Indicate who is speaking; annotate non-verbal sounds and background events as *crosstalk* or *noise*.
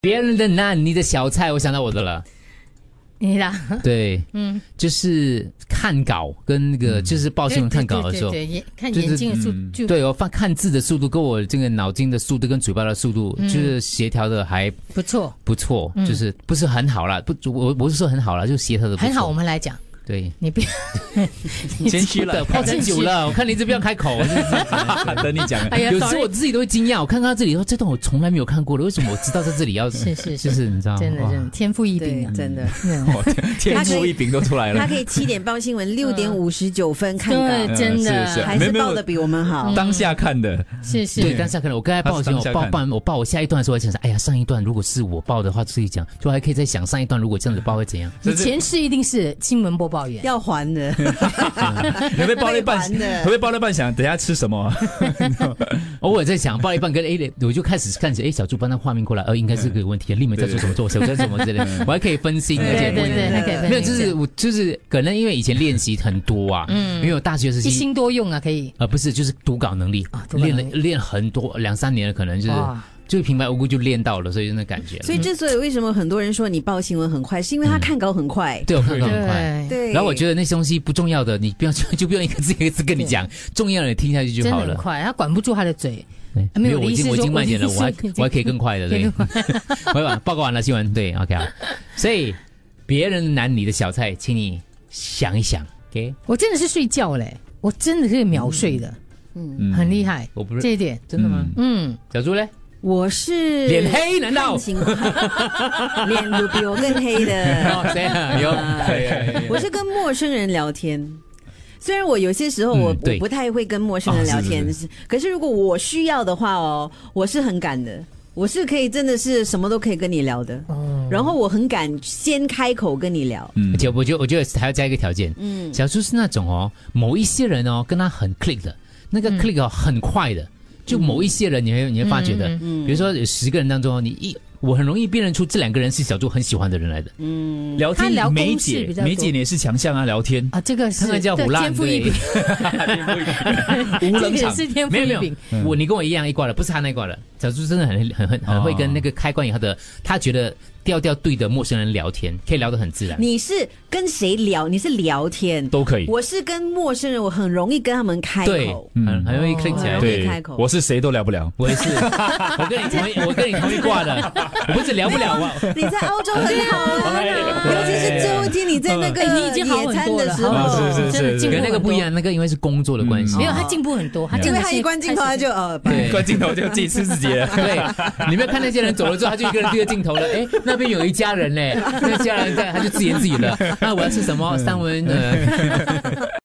Speaker 1: 别人的难，你的小菜，我想到我的了。
Speaker 2: 你的，
Speaker 1: 对，
Speaker 2: 嗯，
Speaker 1: 就是看稿跟那个，就是报新闻看稿的时候，
Speaker 2: 对对对对看
Speaker 1: 就是
Speaker 2: 眼睛的速
Speaker 3: 嗯
Speaker 2: 就
Speaker 1: 对我发看字的速度跟我这个脑筋的速度跟嘴巴的速度，就是协调的还
Speaker 2: 不错，
Speaker 1: 不错，
Speaker 2: 嗯
Speaker 1: 就是不是很好啦，不，我不是说很好啦，就协调的不错。
Speaker 2: 很好。我们来讲，
Speaker 1: 对，
Speaker 2: 你别
Speaker 3: 谦虚了
Speaker 1: 对，，泡很久了，我看你一直不要开口。真是
Speaker 3: *laughs* 等你讲。
Speaker 1: *laughs*
Speaker 2: *laughs* 哎呀
Speaker 1: 有时候
Speaker 2: ，sorry，
Speaker 1: 我自己都会惊讶，我看看这里哦说这段我从来没有看过的，为什么我知道在这里要？
Speaker 2: 是是，
Speaker 1: 就是是你知道吗？
Speaker 2: 真的
Speaker 1: 哇
Speaker 2: 真的天赋异
Speaker 4: 对
Speaker 2: 禀啊，，
Speaker 4: 真的，
Speaker 2: 嗯
Speaker 3: 哦天赋异禀都出
Speaker 1: 嗯
Speaker 3: 来
Speaker 4: 他
Speaker 3: 了。嗯
Speaker 4: 可以七点报新闻，六点五十九分看
Speaker 2: 对，
Speaker 4: 稿，
Speaker 2: 真
Speaker 3: 是是
Speaker 2: 的
Speaker 4: 还
Speaker 3: 没有
Speaker 4: 是
Speaker 3: 没有嗯
Speaker 4: 报的比我们好。
Speaker 1: 嗯
Speaker 3: 当下看的，
Speaker 2: 是
Speaker 1: 对，
Speaker 2: 是，
Speaker 1: 当下可能我刚才报的时候，
Speaker 3: 他是
Speaker 1: 我
Speaker 3: 当下
Speaker 1: 报
Speaker 3: 看
Speaker 1: 报我报我下一段的时候，我想想，哎呀，上一段如果是我报的话，自己讲，就还可以再想上一段如果这样子报会
Speaker 2: *laughs*
Speaker 1: 怎样。
Speaker 2: 你前世一定是新闻播报员，
Speaker 4: 要还的，
Speaker 1: 嗯
Speaker 3: 你被爆了一半，
Speaker 4: 被玩的
Speaker 3: 会被爆了一半想等下吃什么？
Speaker 1: 偶尔在想报一半跟 A 的，我就开始看着，哎，小猪帮他画面过来，呃，应该是个问题，立马在做什么做，小猪在做什么之类
Speaker 2: *laughs*
Speaker 1: 的，我还可以分心，而且
Speaker 2: 对
Speaker 1: 不
Speaker 2: 对对，
Speaker 4: 不
Speaker 2: 那可以分
Speaker 1: 没有，就
Speaker 2: 析
Speaker 1: 是我就是可能因为以前练习很多啊，嗯，因为我大学时
Speaker 2: 一
Speaker 1: 期。
Speaker 2: 心多用啊，可以，
Speaker 1: 呃，不是，就是读稿能力
Speaker 2: 啊读稿
Speaker 1: 练
Speaker 2: 能
Speaker 1: 了
Speaker 2: 力
Speaker 1: 练很多两三年了，可能就是
Speaker 2: 哇
Speaker 1: 就平白无故就练到了，所以就那感觉了。
Speaker 4: 所以之所以为什么很多人说你报新闻很快，是因为他看稿很快。
Speaker 1: 对我看到很快，
Speaker 2: 对，
Speaker 4: 对，
Speaker 1: 嗯然后我觉得那些东西不重要的，你不要 *laughs* 就不用一个字一个字跟你讲，重要的你听下去就
Speaker 2: 真的
Speaker 1: 好
Speaker 2: 很
Speaker 1: 了。
Speaker 2: 快，他管不住他的嘴，
Speaker 1: 对
Speaker 2: 没有
Speaker 1: 我已经
Speaker 2: 我
Speaker 1: 我已
Speaker 2: 的意思是
Speaker 1: 经
Speaker 2: 说
Speaker 1: 慢一点了，
Speaker 2: 我的
Speaker 1: 我
Speaker 2: 意思
Speaker 1: 还
Speaker 2: *laughs* 是已经
Speaker 1: 我还可以更快的，对
Speaker 2: 更，
Speaker 1: *laughs* 我吧，报告完了新闻，对，OK 好。所以别人难你的小菜，请你想一想，OK？
Speaker 2: 我真的是睡觉嘞，我真的是秒睡的，
Speaker 3: 嗯
Speaker 2: 很厉害，
Speaker 1: 我不是
Speaker 2: 这一点，
Speaker 1: 真的吗？
Speaker 2: 嗯，
Speaker 1: 小猪嘞，
Speaker 4: 我是
Speaker 1: 脸黑难道
Speaker 4: 看？情况， *laughs* 脸有比我更黑
Speaker 1: *laughs*
Speaker 4: 的。
Speaker 1: 哦，谁啊？有，
Speaker 3: *laughs*
Speaker 1: 哎
Speaker 4: 我是跟陌生人聊天，虽然我有些时候我、
Speaker 1: 嗯对
Speaker 4: 我不太会跟陌生人聊天，
Speaker 3: 哦是
Speaker 4: 可是如果我需要的话哦，我是很敢的。我是可以真的是什么都可以跟你聊的，然后我很敢先开口跟你聊，
Speaker 3: 嗯
Speaker 1: 而且我觉得，我觉得还要加一个条件，
Speaker 4: 嗯，
Speaker 1: 小猪是那种哦，某一些人哦，跟他很 click 的，那
Speaker 2: 嗯
Speaker 1: 个 click 哦很快的，就某一些人你会你会发觉
Speaker 2: 嗯
Speaker 1: 的，比如说有十个人当中哦，你一我很容易辨认出这两个人是小猪很喜欢的人来的，
Speaker 2: 嗯
Speaker 3: 聊
Speaker 2: 他
Speaker 3: 天
Speaker 2: 聊
Speaker 3: 梅
Speaker 2: 公事
Speaker 3: 姐
Speaker 2: 比较，多
Speaker 3: 梅姐你也是强项啊，
Speaker 1: *laughs*
Speaker 3: 聊天
Speaker 2: 啊，这个是
Speaker 1: 他们叫
Speaker 2: 对
Speaker 1: 胡烂
Speaker 2: 天赋异禀，
Speaker 3: 无
Speaker 2: *laughs*
Speaker 3: 冷
Speaker 2: 这
Speaker 3: 场
Speaker 2: 个。是天赋
Speaker 1: 没有
Speaker 2: 异
Speaker 1: 没有
Speaker 2: 禀，，嗯
Speaker 1: 我你跟我一样一挂的，不是他那一挂的。小猪真的很很很很会跟那个开关以后的，他觉得调调对的陌生人聊天，可以聊得很自然。
Speaker 4: 你是跟谁聊？你是聊天
Speaker 3: 都可以
Speaker 4: 我是跟陌生人，我很容易跟他们开
Speaker 1: 对嗯
Speaker 4: 口，，
Speaker 1: 很很容易
Speaker 2: 哦
Speaker 1: click 起来
Speaker 4: 我。可以开口
Speaker 3: 我是谁都聊不了。
Speaker 1: 我也是，我跟你同一，我跟你同一挂
Speaker 2: *laughs*
Speaker 1: 的，我不是聊不了啊我。
Speaker 4: 你在澳洲很好啊，尤其是最后一天你在那个
Speaker 2: 哎你已经好
Speaker 4: 野
Speaker 2: 很
Speaker 4: 餐
Speaker 2: 多
Speaker 4: 的
Speaker 2: 了，
Speaker 4: 时候，
Speaker 3: 好很多了
Speaker 2: 真的
Speaker 3: 嗯啊是是是哦
Speaker 2: 进
Speaker 1: 跟
Speaker 2: 步
Speaker 1: 那个不一
Speaker 2: 很嗯
Speaker 1: 样，那个因为是工作的关系
Speaker 2: 多，。没有他进步很多，他
Speaker 4: 因
Speaker 2: 真
Speaker 4: 为
Speaker 2: 的
Speaker 4: 他
Speaker 2: 是
Speaker 4: 一关镜头他就呃，拜
Speaker 1: 对
Speaker 3: *laughs* 关镜头就自己吃自己
Speaker 2: *laughs*
Speaker 3: 了。
Speaker 1: 对，你没有看那些人走了之后，他就一个人对着镜头了。哎，那边有一家啊人嘞，那家人在，他就自言自语了。那我要吃什么？三文呃，